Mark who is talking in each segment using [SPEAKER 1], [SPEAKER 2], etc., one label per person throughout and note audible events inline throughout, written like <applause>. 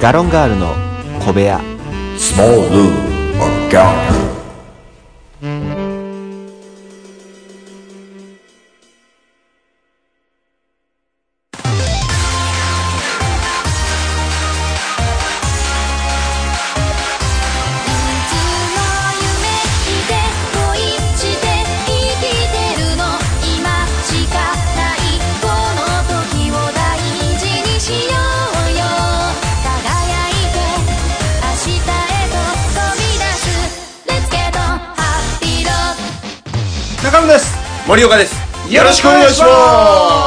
[SPEAKER 1] ガロンガールの小部屋
[SPEAKER 2] Small Lou or Gallo.
[SPEAKER 3] いつも夢見て恋して生きてるの今しかないこの時を大事にしようよ輝いて明日へと飛び出す Let's get on Happy Road
[SPEAKER 4] 中野です
[SPEAKER 5] 森岡ですよろしくお願いします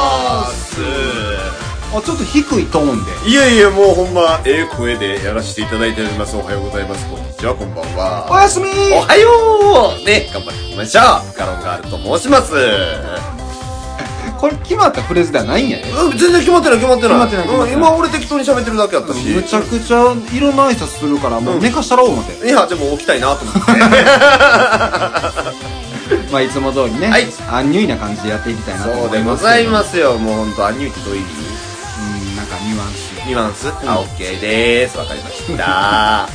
[SPEAKER 4] あちょっと低いトーンで
[SPEAKER 5] いえいえもうほんまええ声でやらせていただいておりますおはようございますこんにちはこんばん
[SPEAKER 4] お
[SPEAKER 5] は
[SPEAKER 4] やすみ
[SPEAKER 5] おはようね頑張っていきましょうガロンガールと申します
[SPEAKER 4] これ決まったフレーズではないんやね
[SPEAKER 5] うん全然決まってない決まってない
[SPEAKER 4] 決まってない決まってな
[SPEAKER 5] う
[SPEAKER 4] い
[SPEAKER 5] ん今俺適当に喋ってるだけやったし
[SPEAKER 4] むちゃくちゃいろんな挨拶するからもう寝かしたろう思って、
[SPEAKER 5] いやでも起きたいなと思って
[SPEAKER 4] <laughs> まあいつも通りね、
[SPEAKER 5] はい
[SPEAKER 4] アンニュイな感じでやっていきたいなと
[SPEAKER 5] そう
[SPEAKER 4] 思
[SPEAKER 5] で
[SPEAKER 4] いま
[SPEAKER 5] ご
[SPEAKER 4] すけど
[SPEAKER 5] ざいますよもうほんとアンニュイってどういう意
[SPEAKER 4] うんなんかニュアンス
[SPEAKER 5] 味ニュアンスあオッケーでーすわかりました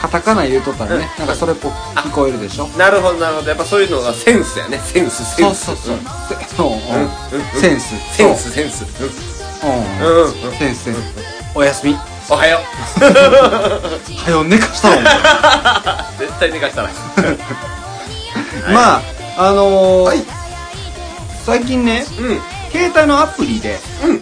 [SPEAKER 4] カタカナ言うとったらねなんかそれっぽく聞こえるでしょ
[SPEAKER 5] なるほどなるほどやっぱそういうのがセンスやねセンスセ
[SPEAKER 4] そ
[SPEAKER 5] ン
[SPEAKER 4] う
[SPEAKER 5] ス
[SPEAKER 4] そうそう、
[SPEAKER 5] ん
[SPEAKER 4] せそう
[SPEAKER 5] うん
[SPEAKER 4] センス
[SPEAKER 5] センスセンスうん
[SPEAKER 4] そう
[SPEAKER 5] う
[SPEAKER 4] うん
[SPEAKER 5] んうん
[SPEAKER 4] センスセンスおやすみ
[SPEAKER 5] おはよ
[SPEAKER 4] はよ寝かしたろう思って
[SPEAKER 5] う絶対寝かしたら
[SPEAKER 4] まああのー
[SPEAKER 5] はい
[SPEAKER 4] 最近ね
[SPEAKER 5] うん
[SPEAKER 4] 携帯のアプリで
[SPEAKER 5] う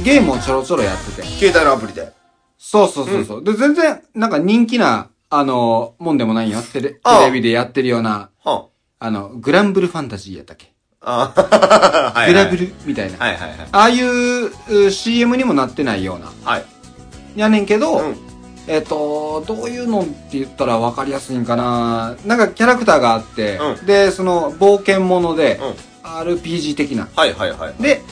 [SPEAKER 5] ん
[SPEAKER 4] ゲームをちょろちょろやってて
[SPEAKER 5] 携帯のアプリで
[SPEAKER 4] そうそうそうそう、で全然なんか人気なあのーもんでもないんよテレテ
[SPEAKER 5] ああ
[SPEAKER 4] レビでやってるような
[SPEAKER 5] は
[SPEAKER 4] あのグランブルファンタジーやったっけ、
[SPEAKER 5] ああはいはい
[SPEAKER 4] グラブルみたいな、
[SPEAKER 5] はいはいはい
[SPEAKER 4] ああいうう CM にもなってないような
[SPEAKER 5] はい
[SPEAKER 4] やねんけど、
[SPEAKER 5] うん
[SPEAKER 4] えっ、と、どういうのって言ったら分かりやすいんかな。なんかキャラクターがあって、
[SPEAKER 5] う
[SPEAKER 4] で、その冒険者で、
[SPEAKER 5] うん
[SPEAKER 4] RPG 的な。
[SPEAKER 5] はいはいはい
[SPEAKER 4] で、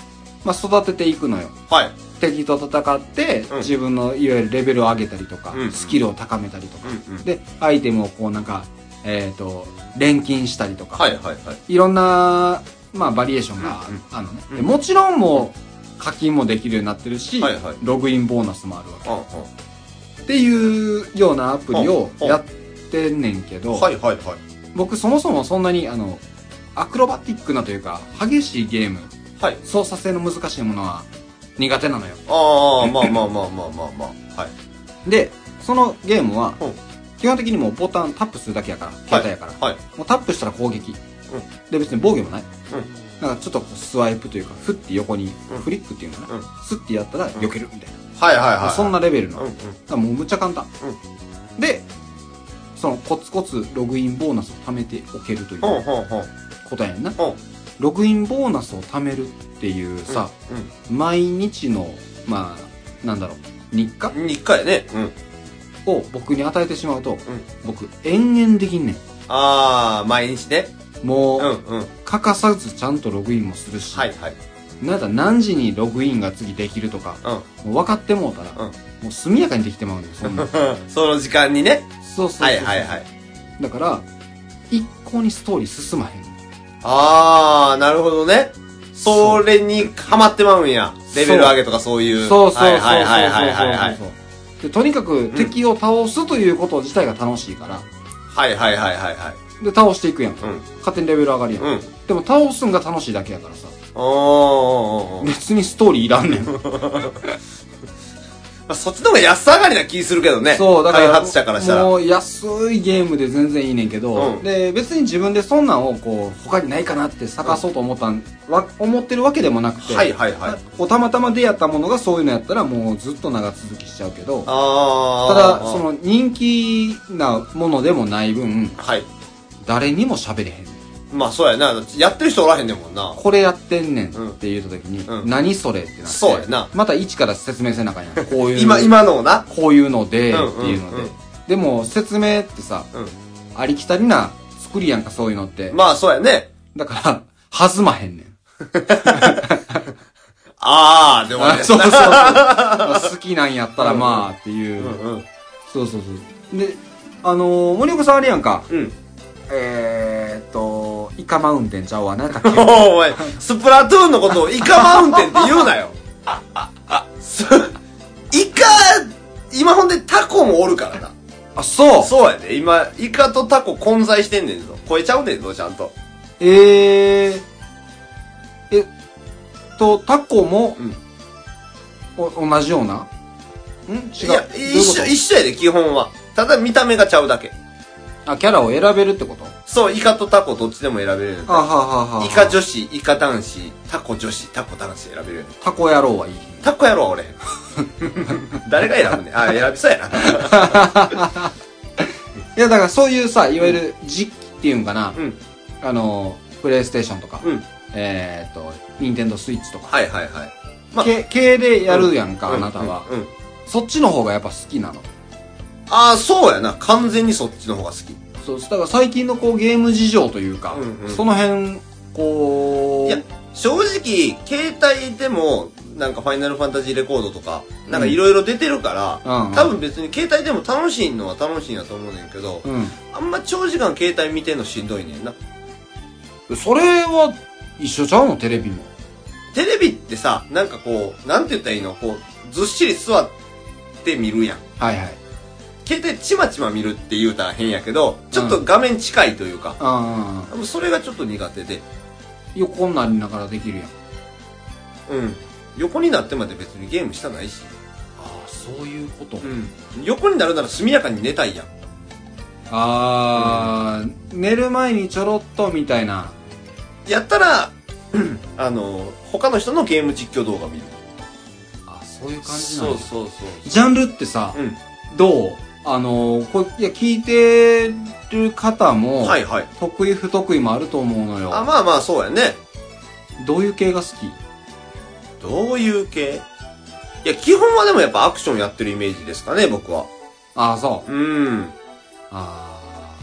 [SPEAKER 4] まあ、育てていくのよ。
[SPEAKER 5] はい
[SPEAKER 4] 敵と戦って、
[SPEAKER 5] うん
[SPEAKER 4] 自分のいわゆるレベルを上げたりとか、
[SPEAKER 5] うん
[SPEAKER 4] スキルを高めたりとか、
[SPEAKER 5] うんうん
[SPEAKER 4] で、アイテムをこうなんか、えっ、と、錬金したりとか、
[SPEAKER 5] はいはいはい
[SPEAKER 4] いろんな、まあ、バリエーションが
[SPEAKER 5] うんうん
[SPEAKER 4] あるのね、で
[SPEAKER 5] うん
[SPEAKER 4] もちろんもう課金もできるようになってるし、
[SPEAKER 5] はいはい
[SPEAKER 4] ログインボーナスもあるわけ。
[SPEAKER 5] うん
[SPEAKER 4] っていうようなアプリをやってんねんけ
[SPEAKER 5] う
[SPEAKER 4] ど、
[SPEAKER 5] んはいはいはい
[SPEAKER 4] 僕そもそもそんなにあのアクロバティックなというか激しいゲーム
[SPEAKER 5] はい
[SPEAKER 4] 操作性の難しいものは苦手なのよ
[SPEAKER 5] ああまあまあまあまあまあまあはい
[SPEAKER 4] でそのゲームは
[SPEAKER 5] うん
[SPEAKER 4] 基本的にもうボタンタップするだけやから携帯やから、
[SPEAKER 5] はい
[SPEAKER 4] もうタップしたら攻撃、で別に防御もない、
[SPEAKER 5] う
[SPEAKER 4] なんかちょっとこうスワイプというかフッて横に、
[SPEAKER 5] うん
[SPEAKER 4] フリックっていうのかな、
[SPEAKER 5] うん
[SPEAKER 4] スッてやったら避けるみたいな、
[SPEAKER 5] はいはいはい
[SPEAKER 4] そんなレベルの、
[SPEAKER 5] うんうん
[SPEAKER 4] だからもうむっちゃ簡単、でそのコツコツログインボーナスを貯めておけるという
[SPEAKER 5] ほん
[SPEAKER 4] こ
[SPEAKER 5] ほんほん
[SPEAKER 4] とやんな、
[SPEAKER 5] ほん
[SPEAKER 4] ログインボーナスを貯めるっていうさ、
[SPEAKER 5] う
[SPEAKER 4] 毎日のまあなんだろう日課
[SPEAKER 5] ん日課やねうん
[SPEAKER 4] を僕に与えてしまうと、僕延々できんねん
[SPEAKER 5] ああ毎日ね
[SPEAKER 4] も
[SPEAKER 5] う
[SPEAKER 4] う、
[SPEAKER 5] んうん
[SPEAKER 4] 欠かさずちゃんとログインもするし、
[SPEAKER 5] はいはい
[SPEAKER 4] なんだ何時にログインが次できるとか
[SPEAKER 5] うん
[SPEAKER 4] もう分かってもうたら、
[SPEAKER 5] うん
[SPEAKER 4] もう速やかにできてまうんだよそん
[SPEAKER 5] <laughs>
[SPEAKER 4] なん
[SPEAKER 5] その時間にね
[SPEAKER 4] そうそうそう
[SPEAKER 5] はい
[SPEAKER 4] そう
[SPEAKER 5] はいはい
[SPEAKER 4] だから一向にストーリー進まへん
[SPEAKER 5] あー、なるほどね。それにハマってまうんや。レベル上げとかそういう。
[SPEAKER 4] そうそうそうそうそ
[SPEAKER 5] は
[SPEAKER 4] う
[SPEAKER 5] いはいはいはいはいはい。
[SPEAKER 4] そうそうでとにかく敵を倒すということ自体が楽しいから、
[SPEAKER 5] はいはいはいはいはい。
[SPEAKER 4] で倒していくやん、
[SPEAKER 5] ん
[SPEAKER 4] 勝手にレベル上がるやん、
[SPEAKER 5] うん。
[SPEAKER 4] でも倒すんが楽しいだけやからさ
[SPEAKER 5] おーおーおーおー
[SPEAKER 4] 別にストーリーいらんねん
[SPEAKER 5] まあそっちの方が安上がりな気するけどね。
[SPEAKER 4] そうだから
[SPEAKER 5] 開発者からしたら。
[SPEAKER 4] もう安いゲームで全然いいねんけど、
[SPEAKER 5] うん
[SPEAKER 4] で別に自分でそんなんをこう他にないかなって探そうと思ったん、わ思ってるわけでもなくて、
[SPEAKER 5] はいはいはい。
[SPEAKER 4] こうたまたま出会ったものがそういうのやったらもうずっと長続きしちゃうけど
[SPEAKER 5] あ
[SPEAKER 4] た
[SPEAKER 5] ー。
[SPEAKER 4] だそ、の人気なものでもない分
[SPEAKER 5] はい。
[SPEAKER 4] 誰にも喋れへん
[SPEAKER 5] まあそうやな。やってる人おらへんねんもんな。
[SPEAKER 4] これやってんねん
[SPEAKER 5] うん
[SPEAKER 4] って言った時に、
[SPEAKER 5] うん
[SPEAKER 4] 何それってなって
[SPEAKER 5] そうやな
[SPEAKER 4] また一から説明せなあかんやんこういうの
[SPEAKER 5] 今、今のをな。
[SPEAKER 4] こういうのでって
[SPEAKER 5] うん
[SPEAKER 4] いうの
[SPEAKER 5] う
[SPEAKER 4] で、
[SPEAKER 5] んうん
[SPEAKER 4] でも説明ってさ
[SPEAKER 5] う
[SPEAKER 4] ありきたりな作りやんかそういうのって、
[SPEAKER 5] ん。まあそうやね。
[SPEAKER 4] だから弾まへんねん
[SPEAKER 5] あー、でも
[SPEAKER 4] あ
[SPEAKER 5] ね。
[SPEAKER 4] そうそうそう好きなんやったらまあっていう、
[SPEAKER 5] うんうん。
[SPEAKER 4] そうそうそうであのー、森岡さんあれやんか
[SPEAKER 5] うん。
[SPEAKER 4] えー、っとイカマウンテンちゃうわ何やったっ
[SPEAKER 5] <laughs>
[SPEAKER 4] け
[SPEAKER 5] お前、スプラトゥーンのことをイカマウンテンって言うなよ。あああすイカ、今ほんでタもおるからな。
[SPEAKER 4] あ、そう
[SPEAKER 5] そうやで、今、イカとタコ混在してんねんぞ。超えちゃうねんぞ、ちゃんと。
[SPEAKER 4] えー、えっと、タコも、
[SPEAKER 5] うん
[SPEAKER 4] お同じようなん違う。
[SPEAKER 5] いや、
[SPEAKER 4] どういう
[SPEAKER 5] 一
[SPEAKER 4] こと
[SPEAKER 5] 緒、一緒やで、基本は。ただ見た目がちゃうだけ。
[SPEAKER 4] あ、キャラを選べるってこと
[SPEAKER 5] そう、イカとタコどっちでも選べるようになっ
[SPEAKER 4] あははは
[SPEAKER 5] た
[SPEAKER 4] は
[SPEAKER 5] イカ女子、イカ男子、タコ女子、タコ男子選べるようになった
[SPEAKER 4] タコ野郎はいい。
[SPEAKER 5] タコやろ、 <laughs> 俺。誰が選ぶねんあ、選びそうやな。
[SPEAKER 4] いや、だからそういうさ、いわゆる実機っていうんかな、
[SPEAKER 5] うん。
[SPEAKER 4] あの、プレイステーションとか、
[SPEAKER 5] うん
[SPEAKER 4] えーっと、ニンテンドースイッチとか、
[SPEAKER 5] はいはいはい。まあ
[SPEAKER 4] け系でやるやんか、あなたは、
[SPEAKER 5] うん。うん
[SPEAKER 4] そっちの方がやっぱ好きなの。
[SPEAKER 5] ああ、そうやな。完全にそっちの方が好き。
[SPEAKER 4] そう、だから最近のこうゲーム事情というか、
[SPEAKER 5] うんうん
[SPEAKER 4] その辺、こう、
[SPEAKER 5] いや、正直、携帯でも、なんかファイナルファンタジーレコードとか、なんかいろいろ出てるか
[SPEAKER 4] う
[SPEAKER 5] ら、
[SPEAKER 4] んうん
[SPEAKER 5] 多分別に携帯でも楽しいのは楽しいんやと思うねんけど、
[SPEAKER 4] う
[SPEAKER 5] あんま長時間携帯見てんのしんどいねんな。
[SPEAKER 4] ん。それは一緒ちゃうのテレビも。
[SPEAKER 5] テレビってさ、なんかこう、なんて言ったらいいのこう、ずっしり座って見るやん。
[SPEAKER 4] はいはい。
[SPEAKER 5] 携帯ちまちま見るって言うたら変やけど、ちょっと画面近いというか、
[SPEAKER 4] ああ、
[SPEAKER 5] それがちょっと苦手で、
[SPEAKER 4] 横になりながらできるやん。
[SPEAKER 5] うん。横になってまで別にゲームしたないし、
[SPEAKER 4] ああ、そういうこと。
[SPEAKER 5] うん。横になるなら速やかに寝たいやん。
[SPEAKER 4] ああ、寝る前にちょろっとみたいな。
[SPEAKER 5] やったら、あの、他の人のゲーム実況動画見る。
[SPEAKER 4] あそういう
[SPEAKER 5] そうそうそう。
[SPEAKER 4] ジャンルってさ、
[SPEAKER 5] うん。
[SPEAKER 4] どうあのこういや、聞いてる方も、
[SPEAKER 5] はいはい。
[SPEAKER 4] 得意不得意もあると思うのよ。
[SPEAKER 5] あ、まあまあ、そうやね。
[SPEAKER 4] どういう系が好き
[SPEAKER 5] どういう系いや、基本はでもやっぱアクションやってるイメージですかね、僕は。
[SPEAKER 4] ああ、そう。
[SPEAKER 5] うん。
[SPEAKER 4] あ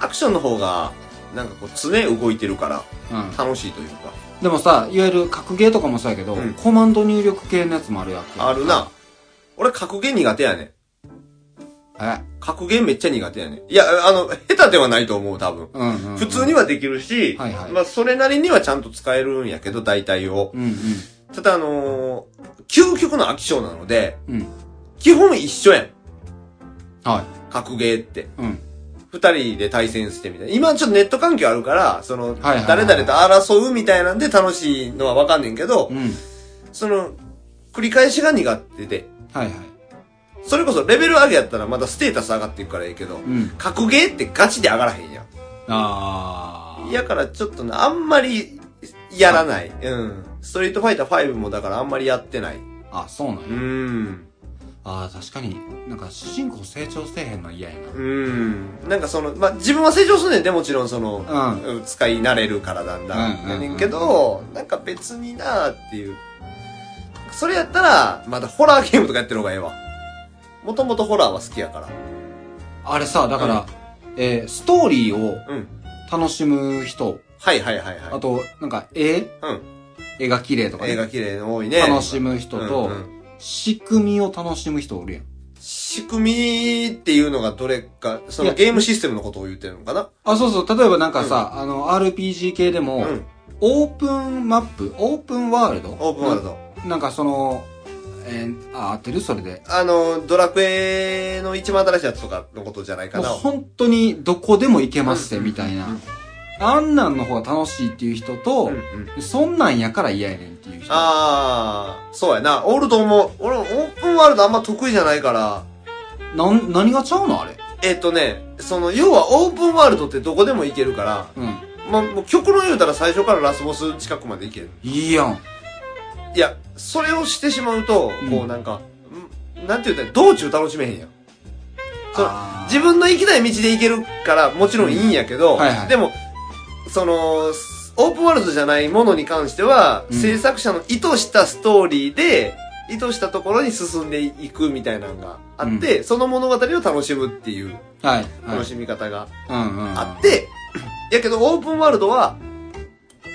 [SPEAKER 5] アクションの方が、なんかこう、常動いてるから、
[SPEAKER 4] あ、うん。
[SPEAKER 5] 楽しいというか。
[SPEAKER 4] でもさ、いわゆる格ゲーとかもそうやけど、
[SPEAKER 5] うん
[SPEAKER 4] コマンド入力系のやつもあるやんけ。
[SPEAKER 5] あるな。。俺、格言苦手やね。
[SPEAKER 4] え、
[SPEAKER 5] 格言めっちゃ苦手やね。いや、あの、下手ではないと思う、多分。
[SPEAKER 4] うんうん、うん。
[SPEAKER 5] 普通にはできるし、
[SPEAKER 4] はいはい
[SPEAKER 5] まあ、それなりにはちゃんと使えるんやけど、大体を。
[SPEAKER 4] うんうん。
[SPEAKER 5] ただ、あのー究極の飽き性なので、
[SPEAKER 4] うん。
[SPEAKER 5] 基本一緒やん。
[SPEAKER 4] は
[SPEAKER 5] 格ゲーって。
[SPEAKER 4] い。うん。
[SPEAKER 5] 二人で対戦してみたいな。今ちょっとネット環境あるから、その、
[SPEAKER 4] はいはいはい
[SPEAKER 5] 誰々と争うみたいなんで楽しいのはわかんねんけど、
[SPEAKER 4] うん。
[SPEAKER 5] その、繰り返しが苦手で。
[SPEAKER 4] はいはい。
[SPEAKER 5] それこそレベル上げやったらまだステータス上がっていくからええけど、
[SPEAKER 4] うん。
[SPEAKER 5] 格ゲーってガチで上がらへんや
[SPEAKER 4] あ
[SPEAKER 5] ん。
[SPEAKER 4] ー。
[SPEAKER 5] やからちょっとな、あんまりやらない。うん。ストリートファイター5もだからあんまりやってない。う
[SPEAKER 4] あ、そうなんや。
[SPEAKER 5] ん。
[SPEAKER 4] あー、確かに、なんか主人公成長せえへんの嫌やな。
[SPEAKER 5] うん。なんかその、まあ、自分は成長するねんで、もちろんその、
[SPEAKER 4] う
[SPEAKER 5] うん使い慣れるからだんだ。
[SPEAKER 4] うんうんんうん
[SPEAKER 5] やねんけど、なんか別になーっていう。それやったら、またホラーゲームとかやってる方がええわ。もともとホラーは好きやから。
[SPEAKER 4] あれさ、だから、えー、ストーリーを
[SPEAKER 5] うん。
[SPEAKER 4] 楽しむ人、
[SPEAKER 5] はいはいはい
[SPEAKER 4] あ
[SPEAKER 5] は
[SPEAKER 4] と、なんか、絵
[SPEAKER 5] うん。
[SPEAKER 4] 絵が綺麗とか
[SPEAKER 5] い。映
[SPEAKER 4] ね。
[SPEAKER 5] 画綺麗の多いね。
[SPEAKER 4] 楽しむ人と
[SPEAKER 5] うんう、ん
[SPEAKER 4] 仕組みを楽しむ人おるやん。
[SPEAKER 5] 仕組みっていうのがどれか、そ
[SPEAKER 4] い
[SPEAKER 5] の
[SPEAKER 4] や
[SPEAKER 5] ゲームシステムのことを言ってるのかな
[SPEAKER 4] あ、そうそう。例えばなんかさ、あの、RPG 系でも、
[SPEAKER 5] うん。
[SPEAKER 4] オープンマップ、オープンワールド
[SPEAKER 5] オープンワールド。
[SPEAKER 4] なんかその、えーあ、合ってるそれで。
[SPEAKER 5] あの、ドラクエの一番新しいやつとかのことじゃない
[SPEAKER 4] も
[SPEAKER 5] か
[SPEAKER 4] う
[SPEAKER 5] な。
[SPEAKER 4] 本当にどこでも行けますぜ、みたい
[SPEAKER 5] うんうん
[SPEAKER 4] な。あんなんの方が楽しいっていう人と
[SPEAKER 5] う、んうん
[SPEAKER 4] そんなんやから嫌やねんっていう人。
[SPEAKER 5] ああ、そうやな。オールドも、俺、オープンワールドあんま得意じゃないから、
[SPEAKER 4] なん、何がちゃうのあれ。
[SPEAKER 5] えっとね、その、要はオープンワールドってどこでも行けるから、
[SPEAKER 4] うん。
[SPEAKER 5] まあ、もう極論言うたら最初からラスボス近くまで行ける。
[SPEAKER 4] いいやん。
[SPEAKER 5] いや、それをしてしまうと、
[SPEAKER 4] うん
[SPEAKER 5] こうなんか、んなんて言うたら、道中楽しめへんやん。その
[SPEAKER 4] あー
[SPEAKER 5] 自分の行きたい道で行けるから、もちろんいいんやけど、
[SPEAKER 4] うんはいはい
[SPEAKER 5] でも、その、オープンワールドじゃないものに関しては、
[SPEAKER 4] うん
[SPEAKER 5] 制作者の意図したストーリーで、意図したところに進んでいくみたいなのがあって、その物語を楽しむっていう
[SPEAKER 4] はい。はい
[SPEAKER 5] 楽しみ方が
[SPEAKER 4] うんうん。
[SPEAKER 5] あっ。て、 <laughs> やけどオープンワールドは、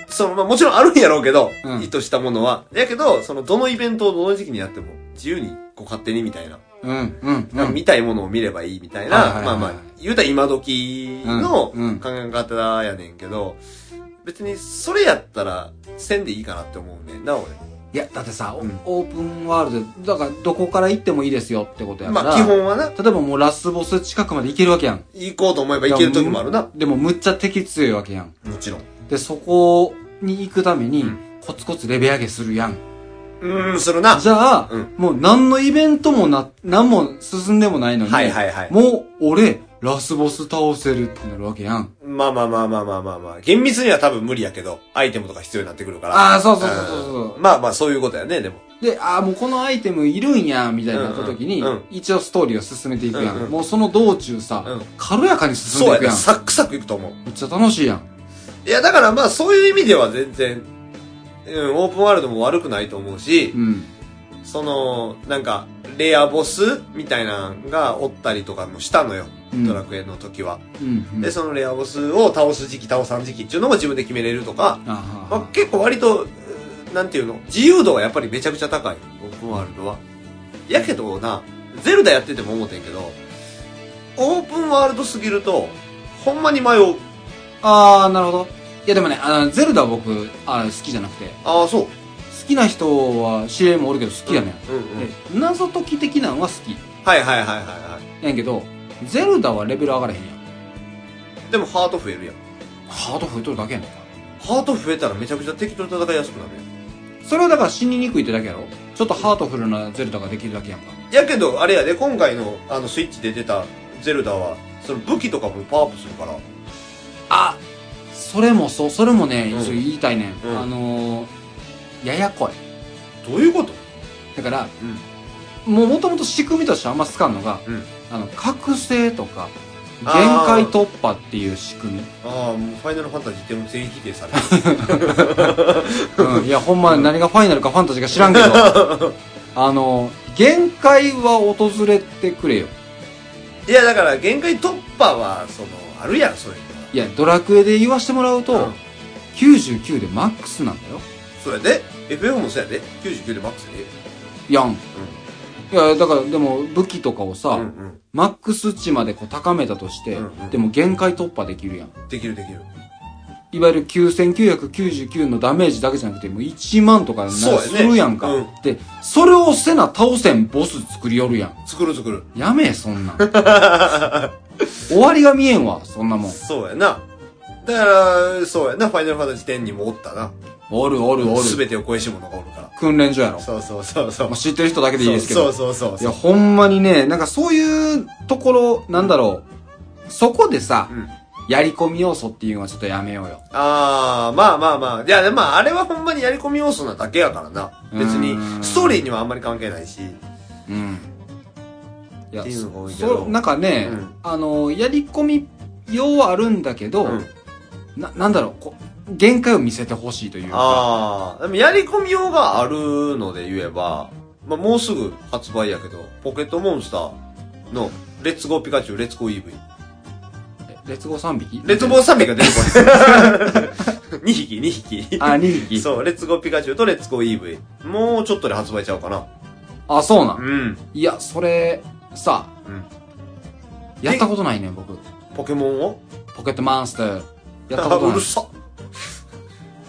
[SPEAKER 5] その、まあもちろんあるんやろうけど、
[SPEAKER 4] うん
[SPEAKER 5] 意図したものは。やけど、その、どのイベントをどの時期にやっても、自由に、こう勝手にみたいな。
[SPEAKER 4] うんうんう
[SPEAKER 5] なんか
[SPEAKER 4] ん。
[SPEAKER 5] 見たいものを見ればいいみたい
[SPEAKER 4] はいはい
[SPEAKER 5] な、
[SPEAKER 4] はい
[SPEAKER 5] まあまあ、言うたら今時の考
[SPEAKER 4] うんうん
[SPEAKER 5] え方やねんけど、別にそれやったら、せんでいいかなって思うねんな、俺。
[SPEAKER 4] いや、だってさ、
[SPEAKER 5] うん
[SPEAKER 4] オープンワールド、だからどこから行ってもいいですよってことやから。
[SPEAKER 5] まあ基本はな、
[SPEAKER 4] 例えばもうラスボス近くまで行けるわけやん。
[SPEAKER 5] 行こうと思えば行ける時もあるな。
[SPEAKER 4] でもむっちゃ敵強いわけやん。
[SPEAKER 5] もちろん。
[SPEAKER 4] で、そこに行くために
[SPEAKER 5] うん、
[SPEAKER 4] コツコツレベル上げするやん。
[SPEAKER 5] うーん、するな。
[SPEAKER 4] じゃあ、
[SPEAKER 5] うん
[SPEAKER 4] もう何のイベントもな、何も進んでもないのに、
[SPEAKER 5] はいはいはい。
[SPEAKER 4] もう俺、ラスボス倒せるってなるわけやん。
[SPEAKER 5] まあまあまあまあまあまあまあ。厳密には多分無理やけど、アイテムとか必要になってくるから。
[SPEAKER 4] ああ、そうそうそうそうそう
[SPEAKER 5] う。んまあまあそういうことやね、でも。
[SPEAKER 4] で、ああ、もうこのアイテムいるんや、みたいになった時に、
[SPEAKER 5] うんうんうん
[SPEAKER 4] 一応ストーリーを進めていくやん。
[SPEAKER 5] うんうん
[SPEAKER 4] もうその道中さ、
[SPEAKER 5] うん
[SPEAKER 4] 軽やかに進
[SPEAKER 5] そ
[SPEAKER 4] ん
[SPEAKER 5] う
[SPEAKER 4] でい
[SPEAKER 5] や
[SPEAKER 4] く
[SPEAKER 5] ね。
[SPEAKER 4] やん。
[SPEAKER 5] サックサクいくと思う。
[SPEAKER 4] めっちゃ楽しいやん。
[SPEAKER 5] いや、だからまあそういう意味では全然、うん、オープンワールドも悪くないと思うし
[SPEAKER 4] う、ん。
[SPEAKER 5] その、なんか、レアボスみたいなのがおったりとかもしたのよ。
[SPEAKER 4] うん
[SPEAKER 5] ドラクエの時は。
[SPEAKER 4] うん、うん。
[SPEAKER 5] で、そのレアボスを倒す時期、倒さん時期っていうのも自分で決めれるとか、
[SPEAKER 4] あー
[SPEAKER 5] まあ、結構割と、うんなんていうの、自由度がやっぱりめちゃくちゃ高い、オープンワールドは。やけどな、ゼルダやってても思ってんけど、オープンワールドすぎると、ほんまに迷う。
[SPEAKER 4] あー、なるほど。いやでもね、あの、ゼルダは僕、あー好きじゃなくて、好
[SPEAKER 5] ああ、そう。
[SPEAKER 4] きな人は知り合いもおるけど好きやねん。
[SPEAKER 5] うんうん。
[SPEAKER 4] で謎解き的なんは好き。
[SPEAKER 5] はいはいはいはいはい。
[SPEAKER 4] やんけど、ゼルダはレベル上がれへんやん。
[SPEAKER 5] でもハート増えるやん。
[SPEAKER 4] ハート増えとるだけやねん。
[SPEAKER 5] ハート増えたらめちゃくちゃ敵と戦いやすくなるやん
[SPEAKER 4] それはだから死ににくいってだけやろちょっとハートフルなゼルダができるだけやんか。
[SPEAKER 5] やけど、あれやで、今回のあのスイッチで出たゼルダは、その武器とかもパワーアップするから。
[SPEAKER 4] あそれもそう、それもね、
[SPEAKER 5] うん
[SPEAKER 4] そう言いたいねん。
[SPEAKER 5] うん
[SPEAKER 4] あのー、ややこい。
[SPEAKER 5] どういうこと
[SPEAKER 4] だから、
[SPEAKER 5] うん。
[SPEAKER 4] もうもともと仕組みとしてあんまつかんのが、
[SPEAKER 5] うん
[SPEAKER 4] あの、覚醒とか、限
[SPEAKER 5] あー
[SPEAKER 4] 界突破っていう仕組み。
[SPEAKER 5] ああ、もうファイナルファンタジーっても全員否定される。 <laughs>
[SPEAKER 4] うん、いや、ほんま何がファイナルかファンタジーか知らんけど、
[SPEAKER 5] <laughs>
[SPEAKER 4] あのー、限界は訪れてくれよ。
[SPEAKER 5] いや、だから、限界突破は、その、あるやん、そういうのはい
[SPEAKER 4] や、ドラクエで言わしてもらうと、
[SPEAKER 5] うん
[SPEAKER 4] 99でマックスなんだよ。
[SPEAKER 5] それで、FF もそうやで、99でマックスで。
[SPEAKER 4] やん。いや、だから、でも、武器とかをさ、
[SPEAKER 5] うんうん。
[SPEAKER 4] マックス値までこう高めたとして、
[SPEAKER 5] うんうん
[SPEAKER 4] でも限界突破できるやん。
[SPEAKER 5] できるできる。
[SPEAKER 4] いわゆる9999のダメージだけじゃなくて、もう1万とかにな
[SPEAKER 5] そうやね
[SPEAKER 4] するやんか。
[SPEAKER 5] うん
[SPEAKER 4] で、それをせな倒せんボス作りよるやん。
[SPEAKER 5] 作る作る。
[SPEAKER 4] やめえ、そ
[SPEAKER 5] <laughs>
[SPEAKER 4] んなん。終わりが見えんわ、そんなもん。
[SPEAKER 5] そうやな。だから、そうやな、ファイナルファンタジー10にもおったな。
[SPEAKER 4] おるおるお
[SPEAKER 5] す
[SPEAKER 4] る。
[SPEAKER 5] べてを超えし者がおるか
[SPEAKER 4] 訓練所やろ
[SPEAKER 5] ら。。そうそうそうそう
[SPEAKER 4] まあ。知ってる人だけでいいですけど。
[SPEAKER 5] そうそうそう
[SPEAKER 4] い
[SPEAKER 5] そ
[SPEAKER 4] や、
[SPEAKER 5] う。
[SPEAKER 4] ほんまにね、なんかそういうところ、なんだろう。そこでさ、
[SPEAKER 5] うん
[SPEAKER 4] やり込み要素っていうのはちょっとやめようよ。
[SPEAKER 5] ああ、まあまあまあ。いや、でもまあ、あれはほんまにやり込み要素なだけやからな。別に
[SPEAKER 4] う、ん
[SPEAKER 5] ストーリーにはあんまり関係ないし。
[SPEAKER 4] うん。いや
[SPEAKER 5] っていうのが多いけど
[SPEAKER 4] そう、なんかね、
[SPEAKER 5] うん
[SPEAKER 4] あの、やり込み用はあるんだけど、
[SPEAKER 5] うん
[SPEAKER 4] な、なんだろう、こう、限界を見せてほしいというか。
[SPEAKER 5] ああ、でもやり込み用があるので言えば、まあ、もうすぐ発売やけど、ポケットモンスターの、レッツゴーピカチュウ、レッツゴーイーブイ。
[SPEAKER 4] えレッツゴー3匹
[SPEAKER 5] レッツゴー3匹が出てこない。2匹、2匹。
[SPEAKER 4] <laughs> あ、2匹。
[SPEAKER 5] そう、レッツゴーピカチュウとレッツゴーイーブイ。もうちょっとで発売ちゃうかな。
[SPEAKER 4] あ、そうなん。
[SPEAKER 5] うん。
[SPEAKER 4] いや、それ、さ、
[SPEAKER 5] うん
[SPEAKER 4] やったことないね、僕。
[SPEAKER 5] ポケモンを
[SPEAKER 4] ポケットマンスター。やったこと
[SPEAKER 5] あう
[SPEAKER 4] ない
[SPEAKER 5] る。さ。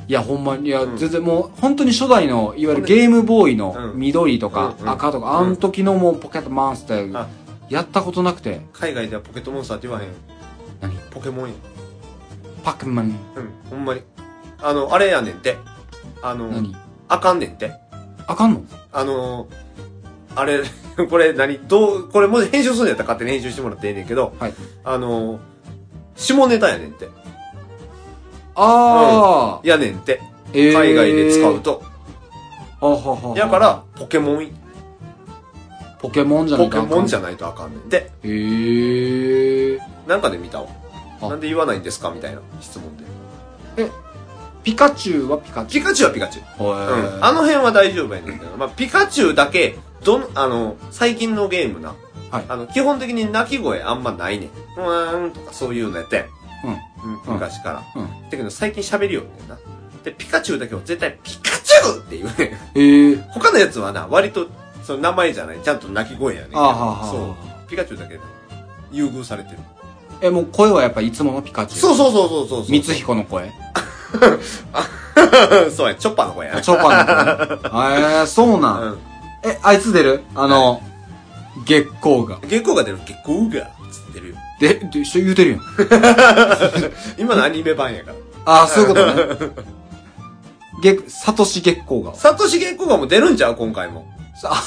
[SPEAKER 4] いや、ほんまに、いや、
[SPEAKER 5] うん
[SPEAKER 4] 全然もう、本当に初代の、いわゆるゲームボーイの
[SPEAKER 5] うん
[SPEAKER 4] 緑とか
[SPEAKER 5] うんうん
[SPEAKER 4] 赤とか、
[SPEAKER 5] うん
[SPEAKER 4] あの時のもうポケットマンスター
[SPEAKER 5] あ、
[SPEAKER 4] やったことなくて、
[SPEAKER 5] 海外ではポケットモンスターって言わへん。
[SPEAKER 4] 何
[SPEAKER 5] ポケモンや。
[SPEAKER 4] パックマン、
[SPEAKER 5] うん、ほんまに。あの、あれやねんて。あの、
[SPEAKER 4] 何
[SPEAKER 5] あかんねんて。
[SPEAKER 4] あかんの
[SPEAKER 5] あのー、あれ、 <laughs> これ何どう、これもう編集するんやったら勝手に編集してもらっていいねんけど、
[SPEAKER 4] はい。
[SPEAKER 5] あのー、下ネタやねんて。
[SPEAKER 4] あー、
[SPEAKER 5] やねんて。
[SPEAKER 4] えー
[SPEAKER 5] 海外で使う。と。
[SPEAKER 4] あははは
[SPEAKER 5] やか、ら、ポケモン、
[SPEAKER 4] ポケモンじゃな
[SPEAKER 5] ポ
[SPEAKER 4] い
[SPEAKER 5] ケモンじゃ
[SPEAKER 4] ん。
[SPEAKER 5] ないとあかんねんて。
[SPEAKER 4] へー。
[SPEAKER 5] なんかで見たわ。
[SPEAKER 4] あ
[SPEAKER 5] なんで言わないんですかみたいな質問で。
[SPEAKER 4] ピカチュウはピカチュ
[SPEAKER 5] ピカチュウはピカチュウ。
[SPEAKER 4] ウ。
[SPEAKER 5] うん。あの辺は大丈夫やねんけど、まあ、ピカチュウだけ、どん、あの、最近のゲームな。
[SPEAKER 4] はい
[SPEAKER 5] あの、基本的に鳴き声あんまないねん。うーんとかそういうのやって。うんん。昔から。
[SPEAKER 4] うん
[SPEAKER 5] だけど最近喋るようになるな。で、ピカチュウだけは絶対ピカチュウって言うねん。 <laughs>
[SPEAKER 4] えー。
[SPEAKER 5] 他のやつはな、割と、その名前じゃない、ちゃんと鳴き声やねんけど。
[SPEAKER 4] あーはは
[SPEAKER 5] そう。
[SPEAKER 4] は
[SPEAKER 5] ピカチュウだけ優遇されてる。
[SPEAKER 4] え、もう声はやっぱいつものピカチュウ。
[SPEAKER 5] そう
[SPEAKER 4] う。
[SPEAKER 5] そうそうそうそうそう。
[SPEAKER 4] 光彦の声。
[SPEAKER 5] そうや、チョッパーの声や。
[SPEAKER 4] チョ
[SPEAKER 5] <laughs>
[SPEAKER 4] パの子。えー、そうなん。
[SPEAKER 5] うん。
[SPEAKER 4] え、あいつ出るあの、月光が。
[SPEAKER 5] 月光が出る月光が、つってるよ。
[SPEAKER 4] で、で、一緒言うてるやん。
[SPEAKER 5] 今のアニメ版やから。
[SPEAKER 4] ああ、そういうことね。月、サトシ月光が。
[SPEAKER 5] サトシ月光がもう出るんちゃう今回も。
[SPEAKER 4] あ、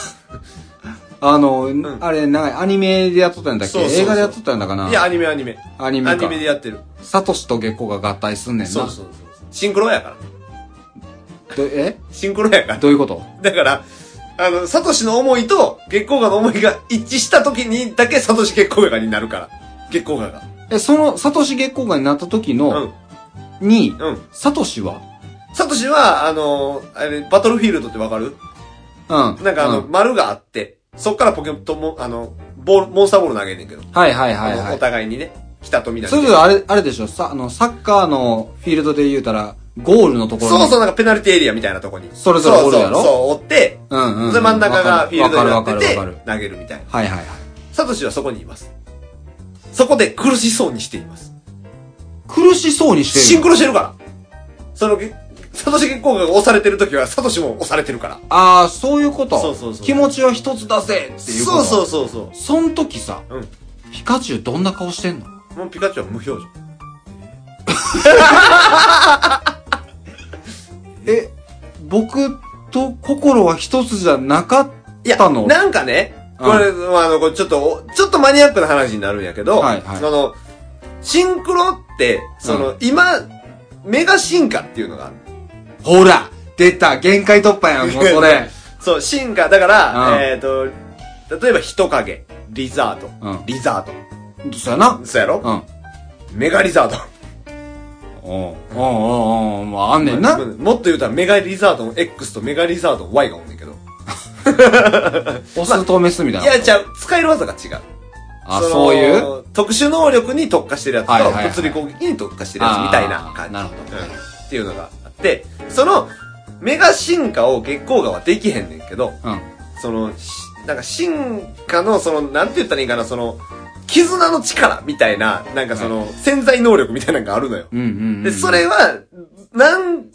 [SPEAKER 4] あの、
[SPEAKER 5] ん
[SPEAKER 4] あれ、なんかアニメでやっとったんだっけ
[SPEAKER 5] そうそうそう
[SPEAKER 4] 映画でやっとったんだかない
[SPEAKER 5] や、アニメアニメ。
[SPEAKER 4] アニメか
[SPEAKER 5] アニメでやってる。
[SPEAKER 4] サトシと月光が合体すんねんな。
[SPEAKER 5] そうそうそう。シンクロやから。
[SPEAKER 4] どえ
[SPEAKER 5] シンクロやから。
[SPEAKER 4] どういうこと
[SPEAKER 5] だから、あの、サトシの思いと月光河の思いが一致した時にだけサトシ月光河になるから。月光河が。
[SPEAKER 4] え、その、サトシ月光がになった時の、
[SPEAKER 5] う
[SPEAKER 4] に、
[SPEAKER 5] ん。うん。
[SPEAKER 4] サトシは
[SPEAKER 5] サトシは、あの、あれ、バトルフィールドってわかる
[SPEAKER 4] うん。
[SPEAKER 5] なんかあの、
[SPEAKER 4] う
[SPEAKER 5] 丸があって、そっからポケモンとも、あの、ボール、モンスターボール投げんねんけど。
[SPEAKER 4] はいはいはい
[SPEAKER 5] あの
[SPEAKER 4] は
[SPEAKER 5] お
[SPEAKER 4] い。
[SPEAKER 5] 互いにね、北と南
[SPEAKER 4] そ
[SPEAKER 5] で。
[SPEAKER 4] れこそあれ、あれでしょさ、あの、サッカーのフィールドで言うたら、ゴールのところに
[SPEAKER 5] そうそう、なんかペナルティーエリアみたいなとこに。
[SPEAKER 4] それぞれおるやろ
[SPEAKER 5] そうそうそう、追って、
[SPEAKER 4] うんうんうん
[SPEAKER 5] それ真ん中がフィールドにな
[SPEAKER 4] わ
[SPEAKER 5] っ
[SPEAKER 4] か
[SPEAKER 5] て
[SPEAKER 4] るわか
[SPEAKER 5] て
[SPEAKER 4] るわかる、
[SPEAKER 5] 投げるみたいな。
[SPEAKER 4] はいはいはい。
[SPEAKER 5] サトシはそこにいます。そこで苦しそうにしています。
[SPEAKER 4] 苦しそうにしてる。
[SPEAKER 5] シンクロしてるから。その、げサトシ月光が押されてる時は、サトシも押されてるから。
[SPEAKER 4] ああ、そういうこと。
[SPEAKER 5] そうそうそう
[SPEAKER 4] 気持ちは一つ出せっていうこと。
[SPEAKER 5] そうそう
[SPEAKER 4] う。
[SPEAKER 5] そうそ
[SPEAKER 4] そん時さ、
[SPEAKER 5] う。うん。
[SPEAKER 4] ピカチュウどんな顔してんの
[SPEAKER 5] もうピカチュウは無表情。
[SPEAKER 4] え、僕と心は一つじゃなかっ
[SPEAKER 5] いや、
[SPEAKER 4] たの
[SPEAKER 5] なんかね、
[SPEAKER 4] うん
[SPEAKER 5] これ、まあ、あの、これちょっとお、ちょっとマニアックな話になるんやけど、
[SPEAKER 4] はいはい
[SPEAKER 5] その、シンクロって、その、今、メガ進化っていうのがある。
[SPEAKER 4] ほら出た限界突破やん、もうそれ。
[SPEAKER 5] そう、進化、だから、
[SPEAKER 4] うん
[SPEAKER 5] えっ、と、例えば人影、リザード、
[SPEAKER 4] うん
[SPEAKER 5] リザー
[SPEAKER 4] そうやな
[SPEAKER 5] ド。。そうやろ、
[SPEAKER 4] うん。
[SPEAKER 5] メガリザード。
[SPEAKER 4] おうおうおうおう、まあ、あんねんな。
[SPEAKER 5] もっと言うたらメガリザードの X とメガリザードの Y がおんねんけど。
[SPEAKER 4] オスとメスみたい
[SPEAKER 5] い
[SPEAKER 4] な。
[SPEAKER 5] や、じゃあ、使える技が違う。
[SPEAKER 4] あ、
[SPEAKER 5] の
[SPEAKER 4] そういう。
[SPEAKER 5] 特殊能力に特化してるやつと、
[SPEAKER 4] はいはいはい
[SPEAKER 5] 物理攻撃に特化してるやつみたいな感じ。
[SPEAKER 4] あーなるほど
[SPEAKER 5] うんっていうのがあって、その、メガ進化を月光河はできへんねんけど、
[SPEAKER 4] うん。
[SPEAKER 5] その、しなんか進化の、その、なんて言ったらいいかな、その、絆の力みたいな、なんかその、潜在能力みたいなのがあるのよ。
[SPEAKER 4] うんうんうん。
[SPEAKER 5] で、それは、何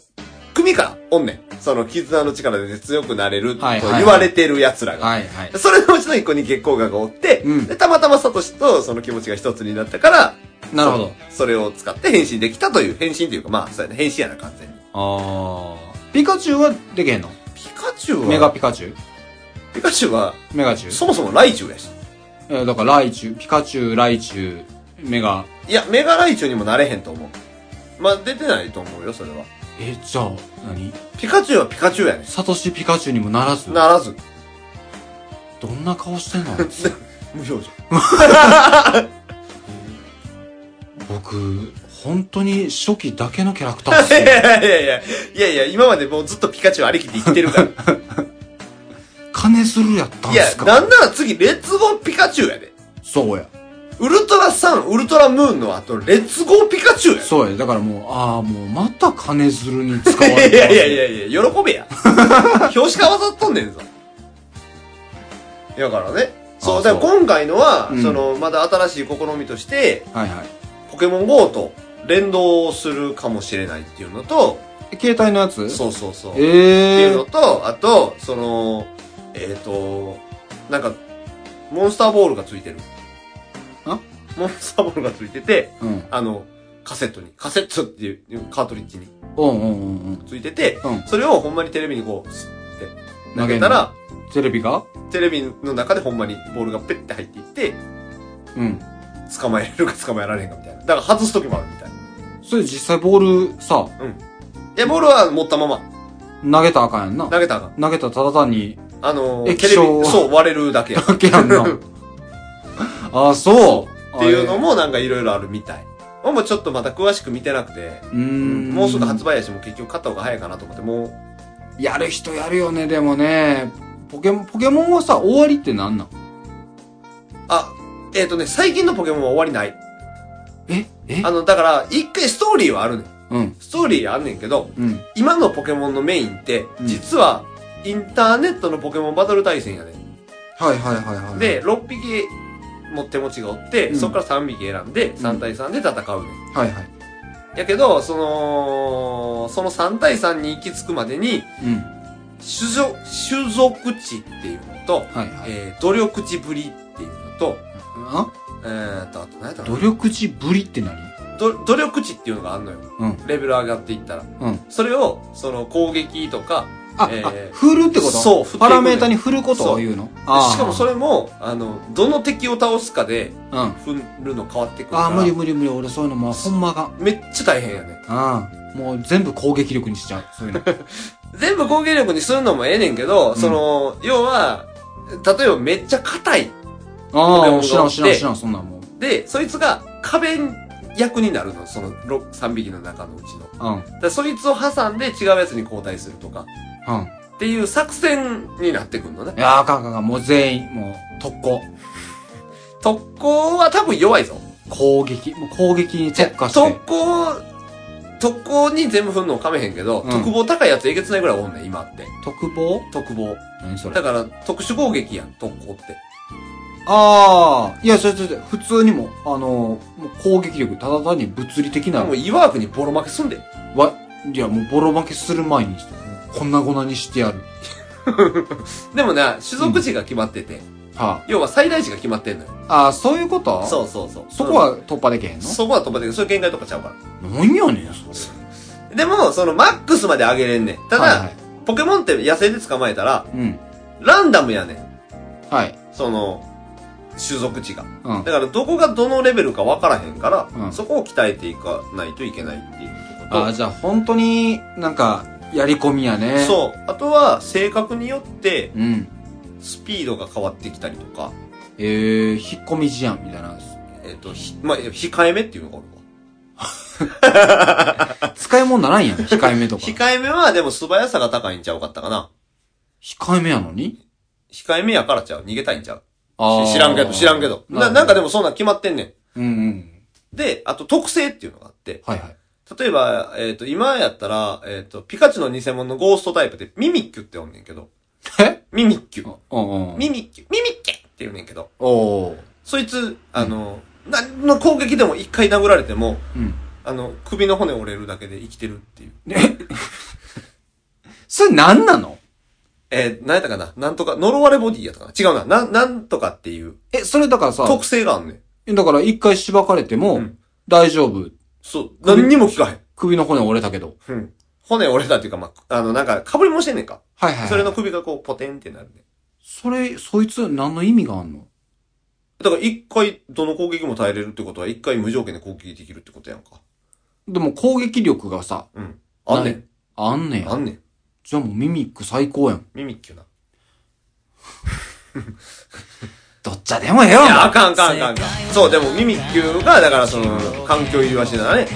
[SPEAKER 5] 組かおんねん。その、絆の力で強くなれると
[SPEAKER 4] はいはいはい
[SPEAKER 5] 言われてる奴らが。
[SPEAKER 4] はいはい。
[SPEAKER 5] それのうちの一個に月光河がおって、
[SPEAKER 4] うん
[SPEAKER 5] でたまたまサトシとその気持ちが一つになったから、
[SPEAKER 4] なるほど。
[SPEAKER 5] それを使って変身できたという、変身というか、まあ、そうやね、変身やな、完全に。
[SPEAKER 4] あー。ピカチュウはできへんの
[SPEAKER 5] ピカチュウは、
[SPEAKER 4] メガピカチュウ
[SPEAKER 5] ピカチュウは、
[SPEAKER 4] メガチュウ
[SPEAKER 5] そもそもライチュウやし。
[SPEAKER 4] えーだから、ライチュウ、ピカチュウ、ライチュウ、メガ。
[SPEAKER 5] いや、メガライチュウにもなれへんと思う。まあ、出てないと思うよ、それは。
[SPEAKER 4] え、じゃあ、何
[SPEAKER 5] ピカチュウはピカチュウやね
[SPEAKER 4] サトシピカチュウにもならず
[SPEAKER 5] ならず。
[SPEAKER 4] どんな顔して
[SPEAKER 5] <laughs>
[SPEAKER 4] んの
[SPEAKER 5] 無表情。
[SPEAKER 4] 僕、本当に初期だけのキャラクターっす
[SPEAKER 5] <laughs> い
[SPEAKER 4] ね
[SPEAKER 5] やいやいや、いやいや、今までもうずっとピカチュウありきで生きてる <laughs> から。
[SPEAKER 4] 金するやったん
[SPEAKER 5] いや
[SPEAKER 4] す、
[SPEAKER 5] な
[SPEAKER 4] か
[SPEAKER 5] んなら次、レッツゴーピカチュウやで。
[SPEAKER 4] そうや。
[SPEAKER 5] ウルトラサン、ウルトラムーンの後、レッツゴーピカチュウやで。
[SPEAKER 4] そうや。だからもう、ああ、もうまた金づるに使わ
[SPEAKER 5] <laughs>
[SPEAKER 4] れ
[SPEAKER 5] い
[SPEAKER 4] てま
[SPEAKER 5] や
[SPEAKER 4] す
[SPEAKER 5] いやいやいや、喜べ
[SPEAKER 4] <laughs>
[SPEAKER 5] や。表紙がわざっとんねんぞ。だからね。そ
[SPEAKER 4] あ
[SPEAKER 5] う、だから
[SPEAKER 4] そ
[SPEAKER 5] 今回のは、
[SPEAKER 4] うん
[SPEAKER 5] その、まだ新しい試みとして、
[SPEAKER 4] はいは
[SPEAKER 5] ポケモン GO と連動するかもしれないっていうのと、
[SPEAKER 4] い。携帯のやつ
[SPEAKER 5] そうそうそう。ってい
[SPEAKER 4] え
[SPEAKER 5] う
[SPEAKER 4] え
[SPEAKER 5] のと、あと、その、えっ、と、なんか、モンスターボールがついてる。
[SPEAKER 4] あ
[SPEAKER 5] モンスターボールがついてて、
[SPEAKER 4] うん。
[SPEAKER 5] あの、カセットに、カセットっていうカートリッジに
[SPEAKER 4] うんうんうんうん。
[SPEAKER 5] ついてて、
[SPEAKER 4] うん
[SPEAKER 5] それをほんまにテレビにこう、スッて投げたら、
[SPEAKER 4] テレビが
[SPEAKER 5] テレビの中でほんまにボールがペッて入っていって、
[SPEAKER 4] うん。
[SPEAKER 5] 捕まえれるか <laughs> 捕まえられへんかみたいな。だから外す時もあるみたいな。
[SPEAKER 4] それ実際ボールさ、
[SPEAKER 5] いや、ボールは持ったまま。
[SPEAKER 4] 投げたらあかんやんな。
[SPEAKER 5] 投げたらあかん
[SPEAKER 4] 投げたらただ単に、
[SPEAKER 5] あのー、テ
[SPEAKER 4] 液
[SPEAKER 5] レビ、
[SPEAKER 4] 晶
[SPEAKER 5] そう、割れるだけや。
[SPEAKER 4] <laughs>
[SPEAKER 5] っ
[SPEAKER 4] だけやんな。ああ、そう。
[SPEAKER 5] ていうの
[SPEAKER 4] も。
[SPEAKER 5] もなんかいろいろあるみたい。もうちょっとまた詳しく見てなくて、
[SPEAKER 4] うーん。
[SPEAKER 5] もうすぐ発売やし、もう結局買った方が早いかなと思って、もう、
[SPEAKER 4] やる人やるよね、でもね。ポケモン、ポケモンはさ、終わりってなんなん
[SPEAKER 5] あ、えっ、とね、最近のポケモンは終わりない。
[SPEAKER 4] ええ
[SPEAKER 5] あの、だから、一回ストーリーはあるねん。
[SPEAKER 4] うん。
[SPEAKER 5] ストーリーあんねんけど、
[SPEAKER 4] うん。
[SPEAKER 5] 今のポケモンのメインって、
[SPEAKER 4] うん
[SPEAKER 5] 実は、インターネットのポケモンバトル対戦やねん。
[SPEAKER 4] はいはいはいはい。、
[SPEAKER 5] で、6匹も手持ちがおって、
[SPEAKER 4] うん
[SPEAKER 5] そこから3匹選んで、3対3で戦うね、
[SPEAKER 4] はいはい。
[SPEAKER 5] やけど、その、その3対3に行き着くまでに、
[SPEAKER 4] うん。
[SPEAKER 5] 種族、種族値っていうのと、
[SPEAKER 4] はいはい。
[SPEAKER 5] えー努力値ぶりっていうのと、
[SPEAKER 4] あ
[SPEAKER 5] えーっと、あと何やったか
[SPEAKER 4] 努
[SPEAKER 5] な
[SPEAKER 4] 力値ぶりって何
[SPEAKER 5] ど努力値っていうのがあんのよ。
[SPEAKER 4] うん。
[SPEAKER 5] レベル上がっていったら。
[SPEAKER 4] うん。
[SPEAKER 5] それを、その攻撃とか、
[SPEAKER 4] あ、
[SPEAKER 5] えー
[SPEAKER 4] あ、振るってこと
[SPEAKER 5] そう振っていくね
[SPEAKER 4] パラメータに振ることを言うのあー
[SPEAKER 5] しかもそれも、あの、どの敵を倒すかで、
[SPEAKER 4] うん。あ
[SPEAKER 5] 振るの変わってくるから。
[SPEAKER 4] あー、無理無理無理。俺そういうのもうほんまあかん。
[SPEAKER 5] めっちゃ大変やね。
[SPEAKER 4] ああ、もう全部攻撃力にしちゃう。
[SPEAKER 5] <laughs>
[SPEAKER 4] そういうの。
[SPEAKER 5] 全部攻撃力にするのもええねんけど、
[SPEAKER 4] ん
[SPEAKER 5] その、要は、例えばめっちゃ硬い。
[SPEAKER 4] あ
[SPEAKER 5] で
[SPEAKER 4] あ、
[SPEAKER 5] も
[SPEAKER 4] 知らん知らん
[SPEAKER 5] で
[SPEAKER 4] 知らん、そんなんもう。
[SPEAKER 5] で、そいつが壁役になるの、そのろ3匹の中のうちの。だか
[SPEAKER 4] うん。うん。
[SPEAKER 5] らそいつを挟んで違うやつに交代するとか、っていう作戦になってくるのね
[SPEAKER 4] い。やーあかんあかんあかん。もう全員、もう、特攻。
[SPEAKER 5] 特攻は多分弱いぞ。
[SPEAKER 4] 攻撃。もう攻撃に特化し
[SPEAKER 5] 特
[SPEAKER 4] て。
[SPEAKER 5] 攻、特攻に全部振るのかめへんけど、
[SPEAKER 4] うん
[SPEAKER 5] 特防高いやつえげつないぐらいおんねん、今って。
[SPEAKER 4] 特防
[SPEAKER 5] 特防。
[SPEAKER 4] 何それ
[SPEAKER 5] だから、特殊攻撃やん、特攻って。
[SPEAKER 4] ああ、いや、それそれそれ、普通にも、あのー、もう攻撃力、ただ単に物理的な
[SPEAKER 5] もう、イワークにボロ負けすんで。
[SPEAKER 4] わ、いや、もうボロ負けする前にして、こんな粉々にしてやる。
[SPEAKER 5] でもな、種族値が決まってて、
[SPEAKER 4] は
[SPEAKER 5] 要は最大値が決まってんのよ。
[SPEAKER 4] あ、ああ、そういうこと
[SPEAKER 5] そうそうそう。
[SPEAKER 4] そこは突破できへん
[SPEAKER 5] うん、
[SPEAKER 4] の
[SPEAKER 5] そこは止まってる。そういう限界とかちゃうか
[SPEAKER 4] 何やねん、そ
[SPEAKER 5] ら。
[SPEAKER 4] れ。
[SPEAKER 5] でも、そのマックスまで上げれんねん。ただ、
[SPEAKER 4] はいはい、
[SPEAKER 5] ポケモンって野生で捕まえたら、
[SPEAKER 4] うん。
[SPEAKER 5] ランダムやねん。
[SPEAKER 4] はい。
[SPEAKER 5] その、種族値が。
[SPEAKER 4] うん。
[SPEAKER 5] だから、どこがどのレベルか分からへんから、
[SPEAKER 4] うん
[SPEAKER 5] そこを鍛えていかないといけないっていうとこ
[SPEAKER 4] あ
[SPEAKER 5] ろ
[SPEAKER 4] あ、
[SPEAKER 5] と。
[SPEAKER 4] じゃあ本当になんか、やり込みやね。
[SPEAKER 5] そう。あとは、性格によって、
[SPEAKER 4] う。うん。
[SPEAKER 5] スピードが変わってきたりとか、
[SPEAKER 4] えー、引っ込み思案みたいな。
[SPEAKER 5] えっ、と、ひ、まあ、控えめっていうのがあるわ。
[SPEAKER 4] 使い物な
[SPEAKER 5] <laughs>
[SPEAKER 4] らんやん、控えめとか。
[SPEAKER 5] 控えめは、でも素早さが高いんちゃうかったかな。
[SPEAKER 4] 控えめやのに
[SPEAKER 5] 控えめやからちゃう。逃げたいんちゃう。
[SPEAKER 4] あー
[SPEAKER 5] し知らんけど、知らんけど。な、なんかで。もそんなん決まってんね
[SPEAKER 4] うんうん。
[SPEAKER 5] ん。で、あと特性っていうのがあって。
[SPEAKER 4] はいはい。
[SPEAKER 5] 例えば、えっ、と、今やったら、えっ、と、ピカチュウの偽物のゴーストタイプでミミッキュっておんねんけど。
[SPEAKER 4] え
[SPEAKER 5] ミミッキュ。
[SPEAKER 4] うんうん。
[SPEAKER 5] ミミッキュ。ミミッキュって言うねんけど。
[SPEAKER 4] おー。
[SPEAKER 5] そいつ、あの、何の攻撃でも一回殴られても、
[SPEAKER 4] うん。
[SPEAKER 5] あの、首の骨折れるだけで生きてるっていう。
[SPEAKER 4] それなんなの
[SPEAKER 5] えー、何やったかななんとか、呪われボディやったかな違うな。なん、なんとかっていう
[SPEAKER 4] え、それだからさ、
[SPEAKER 5] 特性があんねん。
[SPEAKER 4] だから一回しばかれても、
[SPEAKER 5] うん
[SPEAKER 4] 大丈夫。
[SPEAKER 5] そう。何にも聞かへん。
[SPEAKER 4] 首の骨折れたけど。
[SPEAKER 5] うん。骨折れたっていうか、まあ、あの、なんか、被りもしてんねんか。
[SPEAKER 4] はいはい。
[SPEAKER 5] それの。首がこう、ポテンってなるね。
[SPEAKER 4] それ、そいつ何の意味があんの
[SPEAKER 5] だから一回、どの攻撃も耐えれるってことは、一回無条件で攻撃できるってことやんか。
[SPEAKER 4] でも攻撃力がさ、
[SPEAKER 5] うん。あんねん。
[SPEAKER 4] あんね
[SPEAKER 5] あ
[SPEAKER 4] や。
[SPEAKER 5] んねん。
[SPEAKER 4] じゃあもうミミック最高やん。
[SPEAKER 5] ミミッキュな。
[SPEAKER 4] どっちでもええわ
[SPEAKER 5] いや、あかんあかんあかんあかん。そう、でもミミッキュが、だからその、環境優しなね、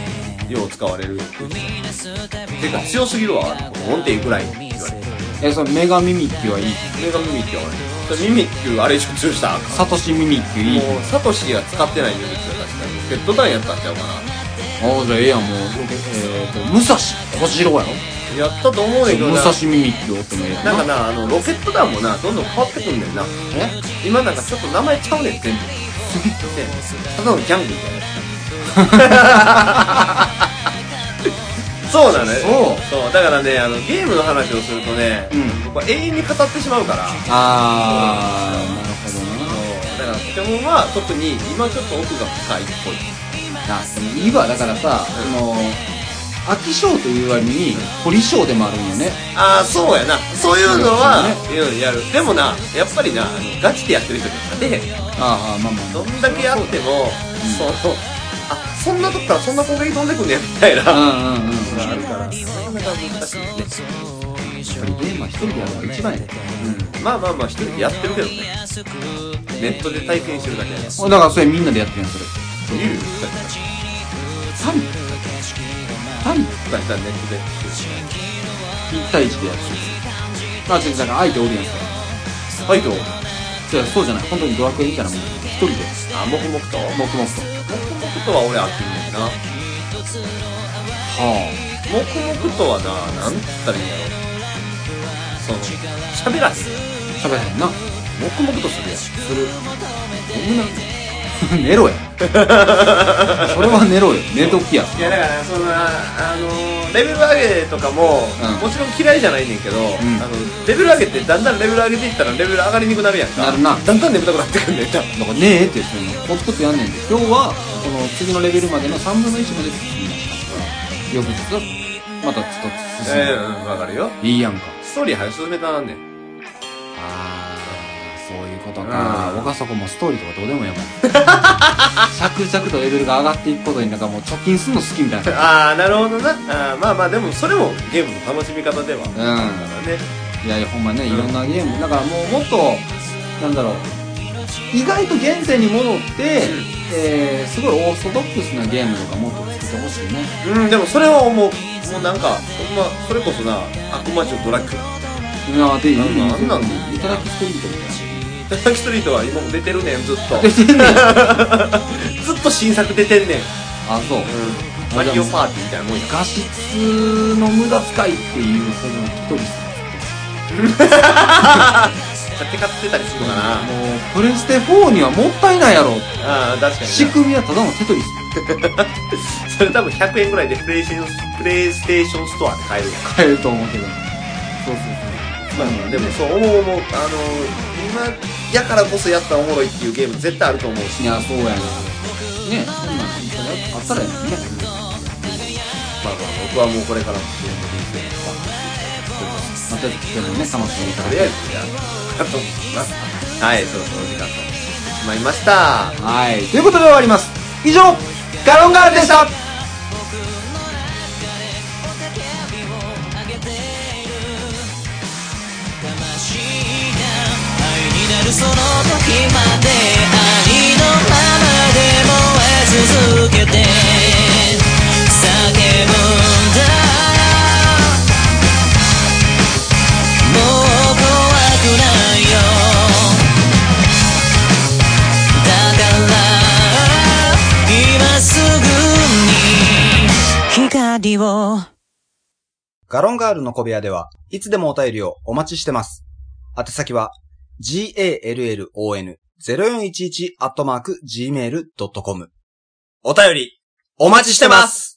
[SPEAKER 5] よう使われる。てか、強すぎるわ、オンっていうくらい言われてる。
[SPEAKER 4] え、そのメガミミッキュはいい。
[SPEAKER 5] それがミミッキュは俺。それミミッキュ、あれ以上強したらあかん
[SPEAKER 4] サトシミミッキュいい。
[SPEAKER 5] もう、サトシが使ってないユニットだ確かに。ペットダンやったんちゃうかな。
[SPEAKER 4] ああ、じゃあええやん、もう。えっ、と、武蔵小次郎やろ
[SPEAKER 5] やったと思うねんけど
[SPEAKER 4] 武
[SPEAKER 5] な。
[SPEAKER 4] 蔵ミミッキュおってもええやん
[SPEAKER 5] なんかな、あの、ロケット弾もな、どんどん変わってくんだよな。
[SPEAKER 4] え
[SPEAKER 5] 今なんかちょっと名前ちゃうねん、 <laughs> 全部。ただのギャングみたい <laughs> な。そうなのよ。。
[SPEAKER 4] そう
[SPEAKER 5] そう。だからね、あの、ゲームの話をするとね、
[SPEAKER 4] うん
[SPEAKER 5] 僕は永遠に語ってしまうから、そう
[SPEAKER 4] あー、
[SPEAKER 5] だ
[SPEAKER 4] なる
[SPEAKER 5] から、ポケモンは特に今ちょっと奥が深いっぽい。
[SPEAKER 4] ほどな。ないいわ、だからさ、その、飽き性という割に、凝り性でもあるんよね。
[SPEAKER 5] ああ、そうやな。そういうのは
[SPEAKER 4] そ、
[SPEAKER 5] うんやる。でもな、やっぱりな、あのガチでやってる人には勝てへん。
[SPEAKER 4] あーあー、まあまあ。
[SPEAKER 5] どんだけやっても、その、あ、そんなとこからそんな攻撃飛んでくんねみたいな。
[SPEAKER 4] うんうんうん。
[SPEAKER 5] があるから、そういうのが難しいですね。
[SPEAKER 4] やっぱりゲームは一人でやるのが一番やね。
[SPEAKER 5] まあまあまあ、一人でやってるけどね。ネットで体験してるだけやし。
[SPEAKER 4] だからそれみんなでやってるやん、それ。
[SPEAKER 5] 見る
[SPEAKER 4] 3人 ?3 人
[SPEAKER 5] だったらネットで。
[SPEAKER 4] ?1 対1でやってる。あ、違う違う、だから相手おるやん、それ。
[SPEAKER 5] はい、どう
[SPEAKER 4] じゃあそうじゃない本当にドラクエみたいなもん一人で
[SPEAKER 5] あ、黙々と
[SPEAKER 4] 黙々と
[SPEAKER 5] 黙々とは俺飽きんねんな。
[SPEAKER 4] は
[SPEAKER 5] 黙々とはな、なんつったらいいんやろ。その、喋らへん。
[SPEAKER 4] あ喋らへんな
[SPEAKER 5] 黙々とするやん。
[SPEAKER 4] <laughs> それそんな寝ろやそれは寝ろよ寝ときや
[SPEAKER 5] いやだからそんなあのレベル上げとかも、
[SPEAKER 4] うん
[SPEAKER 5] もちろん嫌いじゃないねんけど、あ
[SPEAKER 4] ん
[SPEAKER 5] のレベル上げってだんだんレベル上げていったらレベル上がりにくなるやんか <laughs>
[SPEAKER 4] なるな
[SPEAKER 5] だんだん眠たくなってくんねんな
[SPEAKER 4] だからねえって言ってんのコツコツやんねんで今日はこの次のレベルまでの3分の1まで進みました翌日はまたちょっと進
[SPEAKER 5] ええ
[SPEAKER 4] む、
[SPEAKER 5] うんわかるよ
[SPEAKER 4] いいやんか
[SPEAKER 5] ストーリー早く進めたなんねん
[SPEAKER 4] ああそういうこと
[SPEAKER 5] う
[SPEAKER 4] か
[SPEAKER 5] ん
[SPEAKER 4] 僕はそこもストーリーとかどうでもええもん着々とレベルが上がっていくことになんかもう貯金するの好きみ
[SPEAKER 5] <laughs>
[SPEAKER 4] たいな
[SPEAKER 5] ああなるほどなあーまあまあでもそれもゲームの楽しみ方ではあるからね、
[SPEAKER 4] いやいやほんまねい
[SPEAKER 5] ん
[SPEAKER 4] ろんなゲームだからもうもっとなんだろう意外と原点に戻って、えー、すごいオーソドックスなゲームとかもっと作ってほしいね
[SPEAKER 5] うん、でもそれは思う。もうなんか、ほんま、それこそな、悪魔城ドラッグ。
[SPEAKER 4] なでいい
[SPEAKER 5] なんなんなんなん
[SPEAKER 4] いただきストリートみたい
[SPEAKER 5] ダ
[SPEAKER 4] な
[SPEAKER 5] ークストリートは今も出てるねん、ずっと。
[SPEAKER 4] 出てんねん
[SPEAKER 5] <laughs> ずっと新作出てんねん。
[SPEAKER 4] あそう
[SPEAKER 5] うん。マリオパーティーみたいなもんや。
[SPEAKER 4] 画質の無駄遣いっていうその一人さ
[SPEAKER 5] 買って買ってたりするのかな。
[SPEAKER 4] もうプレステ4にはもったいないやろ
[SPEAKER 5] ああ、確かにな。
[SPEAKER 4] 仕組みはただのテトリス
[SPEAKER 5] それ多分100円ぐらいでプレイステーション、プレイステーションストアで買えるやん。
[SPEAKER 4] 変えると思うけどそうそうそう
[SPEAKER 5] まあ、でもそう思う思う。あのー、今、やからこそやったらおもろいっていうゲーム絶対あると思うし。
[SPEAKER 4] いやそうやなねそんなんあったらやね
[SPEAKER 5] まあまあ、僕はもうこれからのゲームの人生とか。
[SPEAKER 4] また今日もね楽しみにいただ
[SPEAKER 5] と
[SPEAKER 4] き
[SPEAKER 5] りあえずやったと思いますはいそろそろお時間となってしまいました
[SPEAKER 4] はいということで終わります以上ガロンガールでした
[SPEAKER 6] 愛になるその時まで愛のままで燃え続けて叫ぶんだもう怖くないよだから今すぐに光を
[SPEAKER 7] ガロンガールの小部屋では、いつでもお便りをお待ちしてます。宛先は、gallon0411-gmail.com。お便り、お待ちしてます